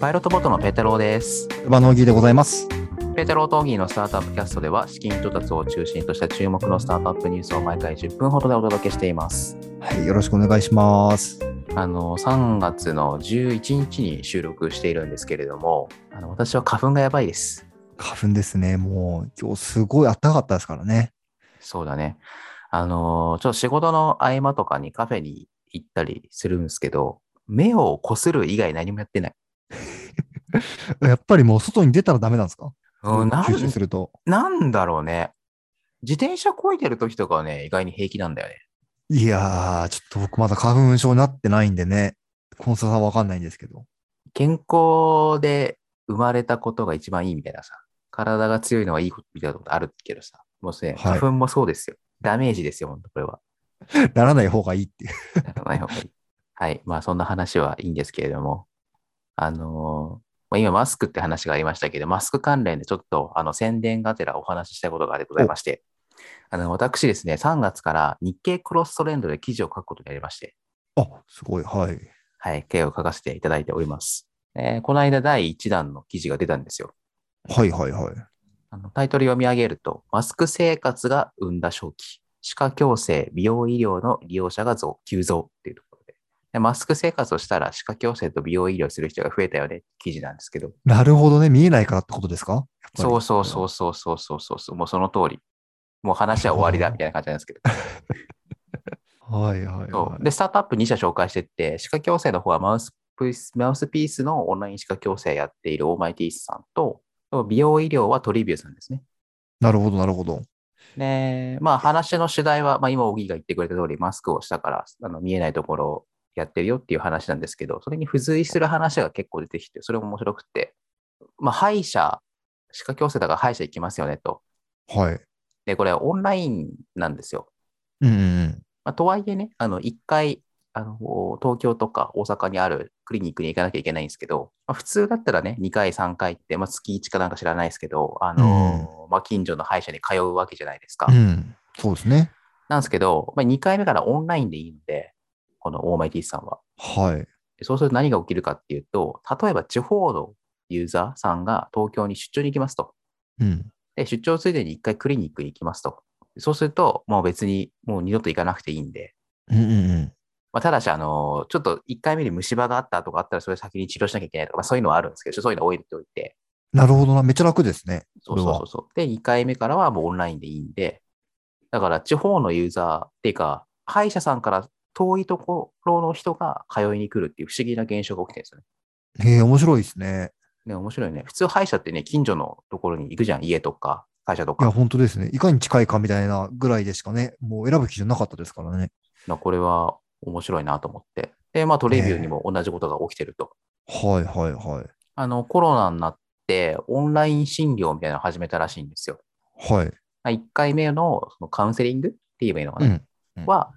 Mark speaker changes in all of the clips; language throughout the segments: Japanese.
Speaker 1: パイロットボットのペータローです。
Speaker 2: 馬の木でございます。
Speaker 1: ペータローとオギーのスタートアップキャストでは、資金調達を中心とした注目のスタートアップニュースを毎回10分ほどでお届けしています。
Speaker 2: はい、よろしくお願いします。
Speaker 1: あの、3月の11日に収録しているんですけれども、あの私は花粉がやばいです。
Speaker 2: 花粉ですね。もう今日すごい暖かかったですからね。
Speaker 1: そうだね。あの、ちょっと仕事の合間とかにカフェに行ったりするんですけど、目をこする以外何もやってない。
Speaker 2: やっぱりもう外に出たらダメなんですか
Speaker 1: うん、な
Speaker 2: 吸収
Speaker 1: ん
Speaker 2: すると。
Speaker 1: なんだろうね。自転車こいでる時とかはね、意外に平気なんだよね。
Speaker 2: いやー、ちょっと僕まだ花粉症になってないんでね。コンサさんわかんないんですけど。
Speaker 1: 健康で生まれたことが一番いいみたいなさ、体が強いのはいいことみたいなことあるけどさ、もうね、
Speaker 2: はい
Speaker 1: 花粉もそうですよ。ダメージですよ、本当これは。
Speaker 2: ならない方がいいっていう。
Speaker 1: ならない方がいい。 はい。まあ、そんな話はいいんですけれども、あのーまあ、今、マスクって話がありましたけど、マスク関連でちょっと、あの、宣伝がてらお話ししたいことがありございまして、あの、私ですね、3月から日経クロストレンドで記事を書くことになりまして、
Speaker 2: あ、すごい。はい。
Speaker 1: はい、経を書かせていただいております。えーこの間第1弾の記事が出たんですよ。
Speaker 2: はいはいはい。
Speaker 1: あのタイトル読み上げると、マスク生活が生んだ正気、歯科矯正、美容医療の利用者が増急増っていうところででマスク生活をしたら歯科矯正と美容医療する人が増えたよねって記事なんですけど、
Speaker 2: なるほどね。見えないからってことですか。
Speaker 1: そうそうそううそうそうそうそうそう、もうその通り、もう話は終わりだみたいな感じなんです けど、
Speaker 2: はいはい
Speaker 1: そ
Speaker 2: は
Speaker 1: う
Speaker 2: い。
Speaker 1: でスタートアップ2社紹介してって、歯科矯正の方はマウスピースマウスピースのオンライン歯科矯正やっているオーマイティースさんと、美容医療はトリビューさんですね。
Speaker 2: なるほどなるほど。
Speaker 1: で、まあ話の主題は、まあ今、小木が言ってくれた通り、マスクをしたから、あの見えないところをやってるよっていう話なんですけど、それに付随する話が結構出てきて、それも面白くて、まあ歯医者、歯科矯正だから歯医者行きますよねと。
Speaker 2: はい。
Speaker 1: で、これオンラインなんですよ。
Speaker 2: うんうん
Speaker 1: まあ、とはいえね、あの、一回、あの、東京とか大阪にあるクリニックに行かなきゃいけないんですけど、まあ、普通だったらね、2回、3回って、まあ、月1かなんか知らないですけど、あの、まあ、近所の歯医者に通うわけじゃないですか。
Speaker 2: うん。うん。そうですね。
Speaker 1: なんですけど、まあ、2回目からオンラインでいいので、このオーマイティーさんは。
Speaker 2: はい。
Speaker 1: でそうすると何が起きるかっていうと、例えば地方のユーザーさんが東京に出張に行きますと。
Speaker 2: うん。
Speaker 1: で、出張ついでに1回クリニックに行きますと。そうすると、もう別にもう二度と行かなくていいんで、
Speaker 2: うんうんうん。
Speaker 1: まあ、ただし、あの、ちょっと1回目に虫歯があったとかあったら、それ先に治療しなきゃいけないとか、まあ、そういうのはあるんですけど、ちょっとそういうの置いておいて、
Speaker 2: なるほどな。めっちゃ楽ですね。
Speaker 1: そうそうそうそう。で、2回目からはもうオンラインでいいんで、だから地方のユーザーっていうか、歯医者さんから遠いところの人が通いに来るっていう不思議な現象が起きてるんですよね。
Speaker 2: へえ、面白いですね。
Speaker 1: ね、面白いね。普通歯医者ってね、近所のところに行くじゃん。家とか、会社と
Speaker 2: いや、
Speaker 1: か。
Speaker 2: 本当ですね。いかに近いかみたいなぐらいでしかね、もう選ぶ基準なかったですからね。
Speaker 1: まあこれは面白いなと思って。で、まあトレビューにも同じことが起きてると。
Speaker 2: はいはいはい。
Speaker 1: あの、コロナになって、オンライン診療みたいなのを始めたらしいんですよ。
Speaker 2: はい。
Speaker 1: 1回目のそのカウンセリングって言えばいいのか
Speaker 2: う
Speaker 1: な、
Speaker 2: ん。うん
Speaker 1: は、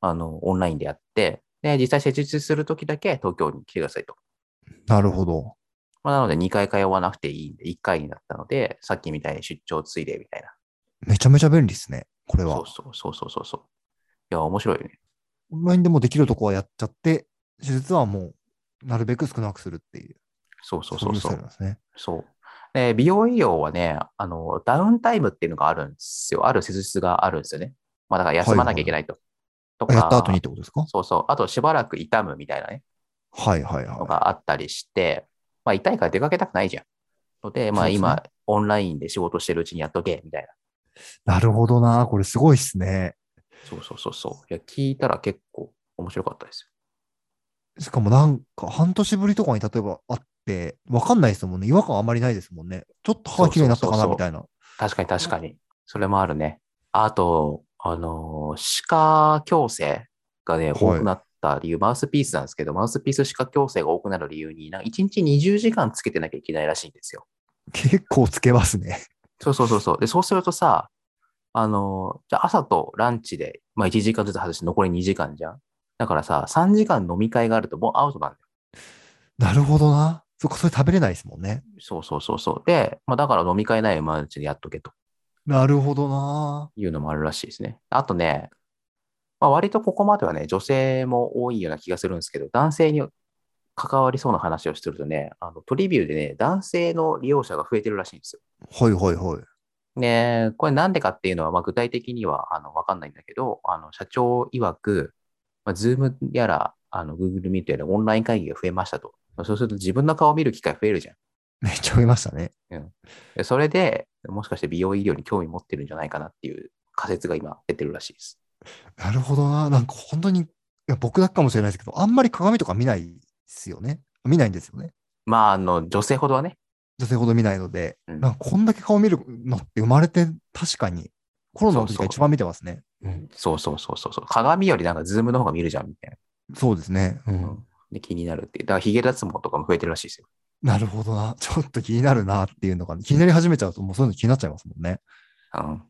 Speaker 1: あの、オンラインでやって、で、実際施術するときだけ東京に来てくださいと。
Speaker 2: なるほど。
Speaker 1: まあ、なので、2回通わなくていいんで、1回になったので、さっきみたいに出張ついでみたいな。
Speaker 2: めちゃめちゃ便利ですね。これ
Speaker 1: そ
Speaker 2: は
Speaker 1: う。そうそうそうそうそう。いや、面白いよね。
Speaker 2: オンラインでもできるとこはやっちゃって、手術はもう、なるべく少なくするっていう。
Speaker 1: そうそうそう
Speaker 2: い
Speaker 1: そ
Speaker 2: スタイル
Speaker 1: う。
Speaker 2: なんですね。
Speaker 1: そう。で、美容医療はね、あの、ダウンタイムっていうのがあるんですよ。ある施術があるんですよね。まあ、だから休まなきゃいけないと。と
Speaker 2: あ
Speaker 1: か、
Speaker 2: やった後にってことですか
Speaker 1: そうそう。あと、しばらく痛むみたいなね。
Speaker 2: はいはい
Speaker 1: の
Speaker 2: は
Speaker 1: があったりして、まあ、痛いから出かけたくないじゃん。ので、まあ、
Speaker 2: そうですね
Speaker 1: 今、オンラインで仕事してるうちにやっとけ、みたいな。
Speaker 2: い。なるほどな。これすごいっすね。
Speaker 1: そうそうそうそう。いや、聞いたら結構面白かったです
Speaker 2: しかもなんか、半年ぶりとかに例えば会って、わかんないですもんね。違和感あまりないですもんね。ちょっと歯が綺麗になった
Speaker 1: そう
Speaker 2: か
Speaker 1: そうそうそ
Speaker 2: な
Speaker 1: う
Speaker 2: みたいな。
Speaker 1: よ。確かに確かに。それもあるね。あと、あのー、歯科矯正がね、
Speaker 2: はい
Speaker 1: 多くなった理由、マウスピースなんですけど、マウスピース歯科矯正が多くなる理由に、なんか1日20時間つけてなきゃいけないらしいんですよ。
Speaker 2: 結構つけますね。
Speaker 1: そうそうそうそう。で、そうするとさ、あの、じゃあ朝とランチで、まあ1時間ずつ外して残り2時間じゃん。だからさ、3時間飲み会があるともうアウトなんだよ。
Speaker 2: なるほどな。そっか、それ食べれないですもんね。
Speaker 1: そうそうそうそう。で、まあだから飲み会ない毎日でやっとけと
Speaker 2: なるほどな。
Speaker 1: いうのもあるらしいですね。あとね、まあ割とここまではね、女性も多いような気がするんですけど、男性に関わりそうな話をしてるとね、あのトリビューでね、男性の利用者が増えてるらしいんですよ。
Speaker 2: はいはいはい。
Speaker 1: で、これなんでかっていうのは、まあ、具体的にはあのわかんないんだけど、あの社長曰く、まあ、Zoom やらあの Google Meet やらオンライン会議が増えましたと。そうすると自分の顔を見る機会増えるじゃん。
Speaker 2: めっちゃ増えましたね。
Speaker 1: でそれで、もしかして美容医療に興味持ってるんじゃないかなっていう仮説が今出てるらしいです。
Speaker 2: なるほどな。なんか本当に、いや僕だけかもしれないですけど、あんまり鏡とか見ないですよね。見ないんですよね。
Speaker 1: まあ、あの、女性ほどはね。
Speaker 2: 女性ほど見ないので、
Speaker 1: うん
Speaker 2: なんかこんだけ顔見るのって生まれて確かにコロナの時が一番見てますね。
Speaker 1: そうそうそうそうそう。鏡よりなんかズームの方が見るじゃんみたい
Speaker 2: そうですね、う
Speaker 1: な。
Speaker 2: ん。
Speaker 1: で気になるっていう。だからヒゲ脱毛とかも増えてるらしいですよ。
Speaker 2: なるほどな。ちょっと気になるなっていうのが、気になり始めちゃうともうそういうの気になっちゃいますもんね。
Speaker 1: うん。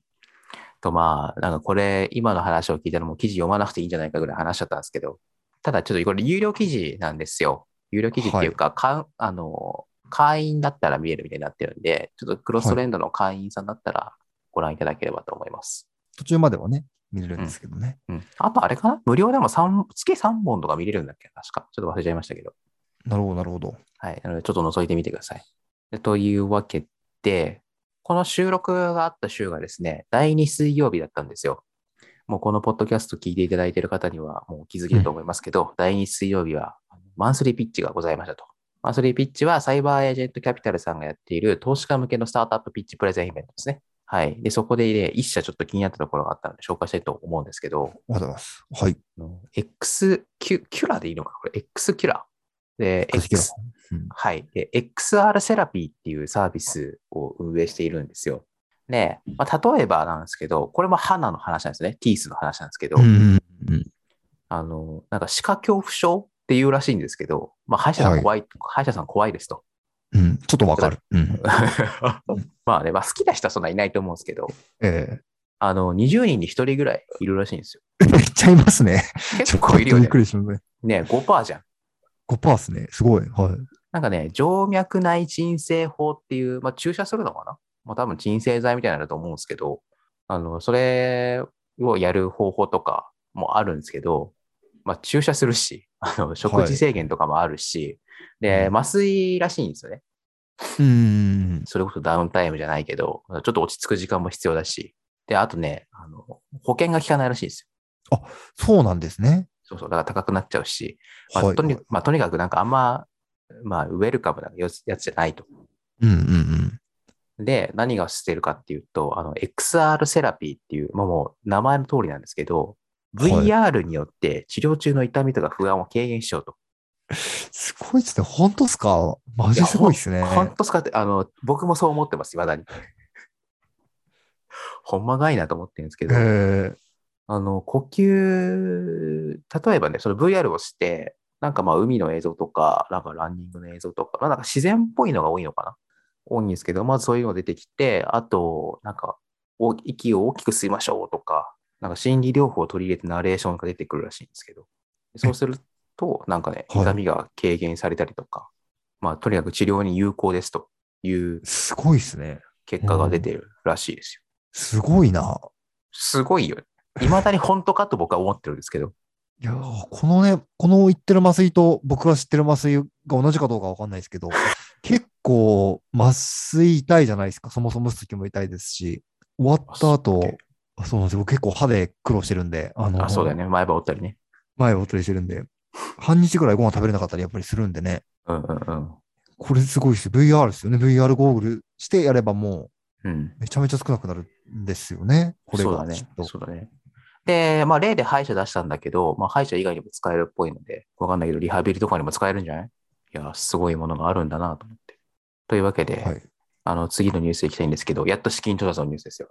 Speaker 1: とまあ、なんかこれ、今の話を聞いたらもう記事読まなくていいんじゃないかぐらい話しちゃったんですけど、ただちょっとこれ有料記事なんですよ。有料記事っていうか、かんあの、会員だったら見えるみたいになってるんで、ちょっとクロストレンドの会員さんだったらご覧いただければと思います。
Speaker 2: 途中まではね、見れるんですけどね。
Speaker 1: うん。あとあれかな無料でも三月3本とか見れるんだっけ確か。ちょっと忘れちゃいましたけど。
Speaker 2: なるほど、なるほど。
Speaker 1: はい。なので、ちょっと覗いてみてください。でというわけで、この収録があった週がですね、第2水曜日だったんですよ。もうこのポッドキャスト聞いていただいている方にはもうお気づきだと思いますけど、第2水曜日はあのマンスリーピッチがございましたと。マンスリーピッチはサイバーエージェントキャピタルさんがやっている投資家向けのスタートアップピッチプレゼンイベントですね。はい。で、そこでね、一社ちょっと気になったところがあったので紹介したいと思うんですけど、
Speaker 2: ありがとうございます。はい。
Speaker 1: あの X キュキュラでいいのかなこれ X キュラ。で、
Speaker 2: X キュラ
Speaker 1: X はい。で、XR セラピーっていうサービスを運営しているんですよ。で、まあ、例えばなんですけど、これも花の話なんですね。ティースの話なんですけど、
Speaker 2: うんうん
Speaker 1: あの、なんか歯科恐怖症っていうらしいんですけど、まあ、歯医者さん怖い、歯医者さん怖いですと。
Speaker 2: うん、うん。ちょっとわかる。うん。
Speaker 1: まあね、まあ、好きな人はそんないないと思うんですけど、
Speaker 2: え
Speaker 1: あの、20人に1人ぐらいいるらしいんですよ。
Speaker 2: えめっちゃいますね。 ち
Speaker 1: 結
Speaker 2: ょっと
Speaker 1: 構いるよ
Speaker 2: びっ
Speaker 1: ね
Speaker 2: く。りしますね。
Speaker 1: ね、5%じゃん。
Speaker 2: 5%ですね。すごい。はい。
Speaker 1: なんかね、静脈内鎮静法っていう、まあ、注射するのかなまあ、多分鎮静剤みたいなのだと思うんですけど、あの、それをやる方法とかもあるんですけど、まあ、注射するし、 あの食事制限とかもあるし、で、
Speaker 2: うん
Speaker 1: 麻酔らしいんですよね。
Speaker 2: うん。
Speaker 1: それこそダウンタイムじゃないけど、ちょっと落ち着く時間も必要だし、で、あとね、あの保険が効かないらしいんですよ。
Speaker 2: そうなんですね。
Speaker 1: そうそう、だから高くなっちゃうし、まあ
Speaker 2: はい。
Speaker 1: とにまあ、とにかくなんかあんま、まあ、ウェルカムなやつやつじゃないと。
Speaker 2: うんうんうん。
Speaker 1: で、何がしてるかっていうと、あの、XR セラピーっていう、まあ、もう名前の通りなんですけど、
Speaker 2: はい
Speaker 1: VR によって治療中の痛みとか不安を軽減しようと。
Speaker 2: すごいですね。本当ですかマジすごいですね。
Speaker 1: 本当すかって、あの、僕もそう思ってます、未 だに。ほんまがいなと思ってるんですけ
Speaker 2: え
Speaker 1: ど、
Speaker 2: え
Speaker 1: あの、呼吸、例えばね、その VR をして、なんかまあ海の映像とか、なんかランニングの映像とか、まあなんか自然っぽいのが多いのかな多いんですけど、まずそういうの出てきて、あと、なんか、お息を大きく吸いましょうとか、なんか心理療法を取り入れてナレーションが出てくるらしいんですけど、そうすると、なんかね、
Speaker 2: はい
Speaker 1: 痛みが軽減されたりとか、まあとにかく治療に有効ですという
Speaker 2: すごいですね。
Speaker 1: 結果が出てるらしいですよ。
Speaker 2: すごいな。
Speaker 1: すごいよね。未だに本当かと僕は思ってるんですけど、
Speaker 2: いやーこのね、この言ってる麻酔と僕が知ってる麻酔が同じかどうかわかんないです けど、結構麻酔痛いじゃないですか。そもそも打つ時も痛いですし、終わった後
Speaker 1: あそうだっけ、
Speaker 2: あそうなんですよ。僕結構歯で苦労してるんで、あの、
Speaker 1: あ、そうだよね。前歯折ったりね。
Speaker 2: 前をお取りしてるんで、半日ぐらいご飯食べれなかったりやっぱりするんでね。
Speaker 1: うんうんうん。
Speaker 2: これすごいですよ。VR ですよね。VR ゴーグルしてやればも
Speaker 1: うん
Speaker 2: うめちゃめちゃ少なくなるんですよね。これ
Speaker 1: そう
Speaker 2: が
Speaker 1: だね
Speaker 2: きっと。。
Speaker 1: そうだね。で、まあ、例で歯医者出したんだけど、まあ、歯医者以外にも使えるっぽいので、わかんないけど、リハビリとかにも使えるんじゃないいや、すごいものがあるんだなと思って。というわけで、
Speaker 2: はい。
Speaker 1: あの、次のニュース行きたいんですけど、やっと資金調達のニュースですよ。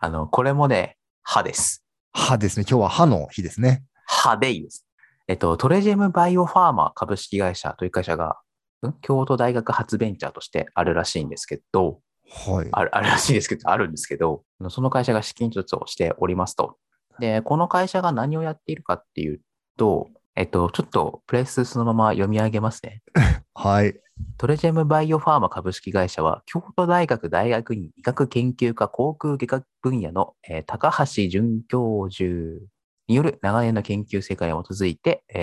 Speaker 1: あの、これもね、歯です。
Speaker 2: 歯ですね。今日は歯の日ですね。
Speaker 1: 歯でいいです。えっと、トレジェムバイオファーマー株式会社という会社が、ん京都大学発ベンチャーとしてあるらしいんですけど、
Speaker 2: はい。
Speaker 1: ある、あるらしいですけど、あるんですけど、その会社が資金調達をしておりますと。で、この会社が何をやっているかっていうと、えっと、ちょっとプレスそのまま読み上げますね。
Speaker 2: はい。
Speaker 1: トレジェムバイオファーマ株式会社は、京都大学大学院医学研究科航空外科分野の、えー高橋准教授による長年の研究成果に基づいて、えー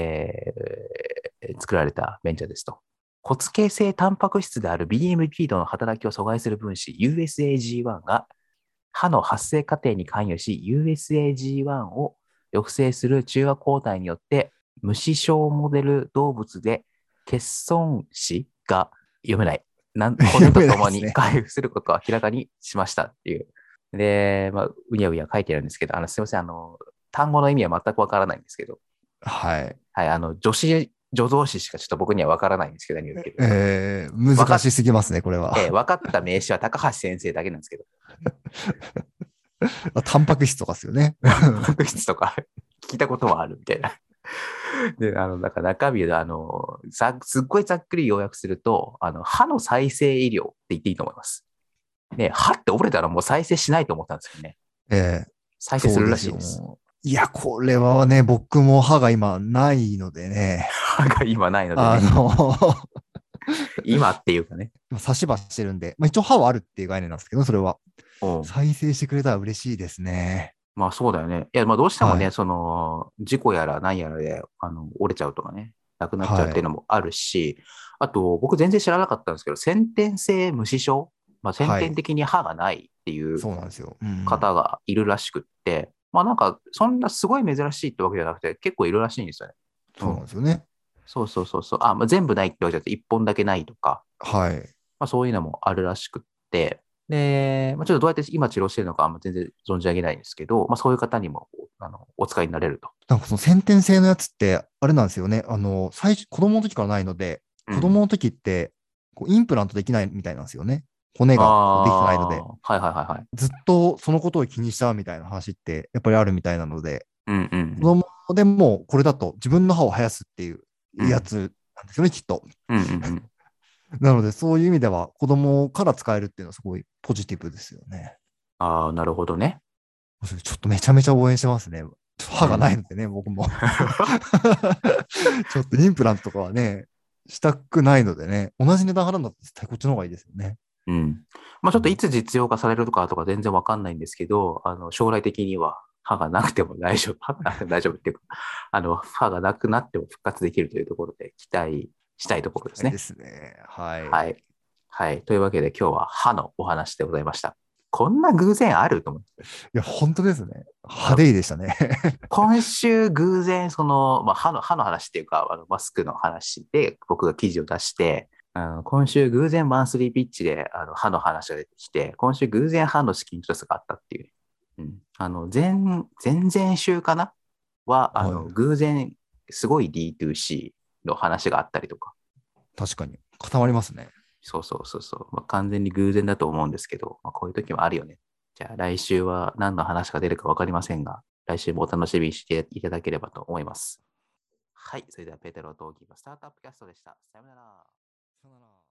Speaker 1: えー作られたベンチャーですと。骨形成タンパク質である BM リードの働きを阻害する分子 USAG1 が歯の発生過程に関与し USAG1 を抑制する中和抗体によって無視症モデル動物で欠損死が 読めない。なん骨とともに回復することを明らかにしましたっていう。で、まあ、うにゃうにゃ書いてあるんですけど、あのすみません、あの、単語の意味は全くわからないんですけど、
Speaker 2: はい。
Speaker 1: はい、あの、助詞、助動詞しかちょっと僕にはわからないんですけど、何を言ってるか
Speaker 2: えー、難しすぎますね、これは。
Speaker 1: えー分かった名詞は高橋先生だけなんで すけど、
Speaker 2: あタンパク質とかですよね。
Speaker 1: 確執とか聞いたことはあるみたいな。 で、あの、なんか中身で、あの、ざすっごいざっくり要約すると、あの、歯の再生医療って言っていいと思います。ね、歯って折れたらもう再生しないと思ったんですよね。
Speaker 2: え
Speaker 1: 再
Speaker 2: ー、
Speaker 1: 生す
Speaker 2: そう
Speaker 1: る
Speaker 2: で
Speaker 1: ら
Speaker 2: す
Speaker 1: しい
Speaker 2: よ
Speaker 1: です。。
Speaker 2: いや、これはね、僕も歯が今ないのでね、
Speaker 1: 歯が今ないの
Speaker 2: あ
Speaker 1: で、ね、
Speaker 2: の、
Speaker 1: 今っていうかね。
Speaker 2: 差し歯してるんで、まあ、一応歯はあるっていう概念なんですけど、それは。
Speaker 1: うん
Speaker 2: 再生してくれたら嬉しいですね。
Speaker 1: まあそうだよね。いや、まあどうしてもね、
Speaker 2: は
Speaker 1: その、事故やら何やらで、あの、折れちゃうとかね、なくなっちゃうっていうのもあるし、あと、僕全然知らなかったんですけど、先天性無視症、まあ先天的に歯がないっていう
Speaker 2: そうなんですよ。うん
Speaker 1: 方がいるらしくって、まあなんか、そんなすごい珍しいってわけじゃなくて、結構いるらしいんですよね。
Speaker 2: そうなんですよね。
Speaker 1: そうそうそうそう。あ、まあ、全部ないってわけじゃなくて、一本だけないとか、
Speaker 2: はい。
Speaker 1: まあそういうのもあるらしくって、で、まあ、ちょっとどうやって今治療してるのかあんま全然存じ上げないんですけど、まあそういう方にもあのお使いになれると。
Speaker 2: なんかその先天性のやつって、あれなんですよね。あの、最初、子供の時からないので、子供の時って、こうインプラントできないみたいなんですよね。骨がこうできてないので
Speaker 1: あ。ーはいはいはいはい。
Speaker 2: ずっとそのことを気にしたみたいな話って、やっぱりあるみたいなので、
Speaker 1: うんう
Speaker 2: 子
Speaker 1: ん
Speaker 2: 供でもこれだと自分の歯を生やすっていう
Speaker 1: うん
Speaker 2: やつなんですよね、きっと。
Speaker 1: うん。うんうんうん
Speaker 2: なので、そういう意味では、子供から使えるっていうのはすごいポジティブですよね。
Speaker 1: ああ、なるほどね。
Speaker 2: ちょっとめちゃめちゃ応援してますね。ちょっと歯がないのでね、僕も。 ちょっとインプラントとかはね、したくないのでね、同じ値段払うんだったら絶対こっちの方がいいですよね。
Speaker 1: うん。まあちょっといつ実用化されるかとか全然わかんないんですけど、あの将来的には歯がなくても大丈夫。 歯がなくても大丈夫っていうか、あの歯がなくなっても復活できるというところで期待したいところですね
Speaker 2: で。すね。はい。
Speaker 1: はい。はい。というわけで今日は歯のお話でございました。こんな偶然あると思って。
Speaker 2: いや、本当ですね。派手でしたね。
Speaker 1: 今週偶然その、まあ、歯の、歯の話っていうか、あのマスクの話で僕が記事を出して、あの今週偶然マンスリーピッチであの歯の話が出てきて、今週偶然歯の資金調査があったっていう。うん、あの前、前々週かなは、あの、
Speaker 2: はい
Speaker 1: 偶然すごい D2C の話があったりとか、
Speaker 2: 確かに。固まりますね。
Speaker 1: そうそうそうそう。まあ、完全に偶然だと思うんですけど、まあ、こういう時もあるよね。じゃあ来週は何の話が出るか分かりませんが、来週もお楽しみにしていただければと思います。はい。それではペテロとオギーのスタートアップキャストでした。さようなら。
Speaker 2: さよなら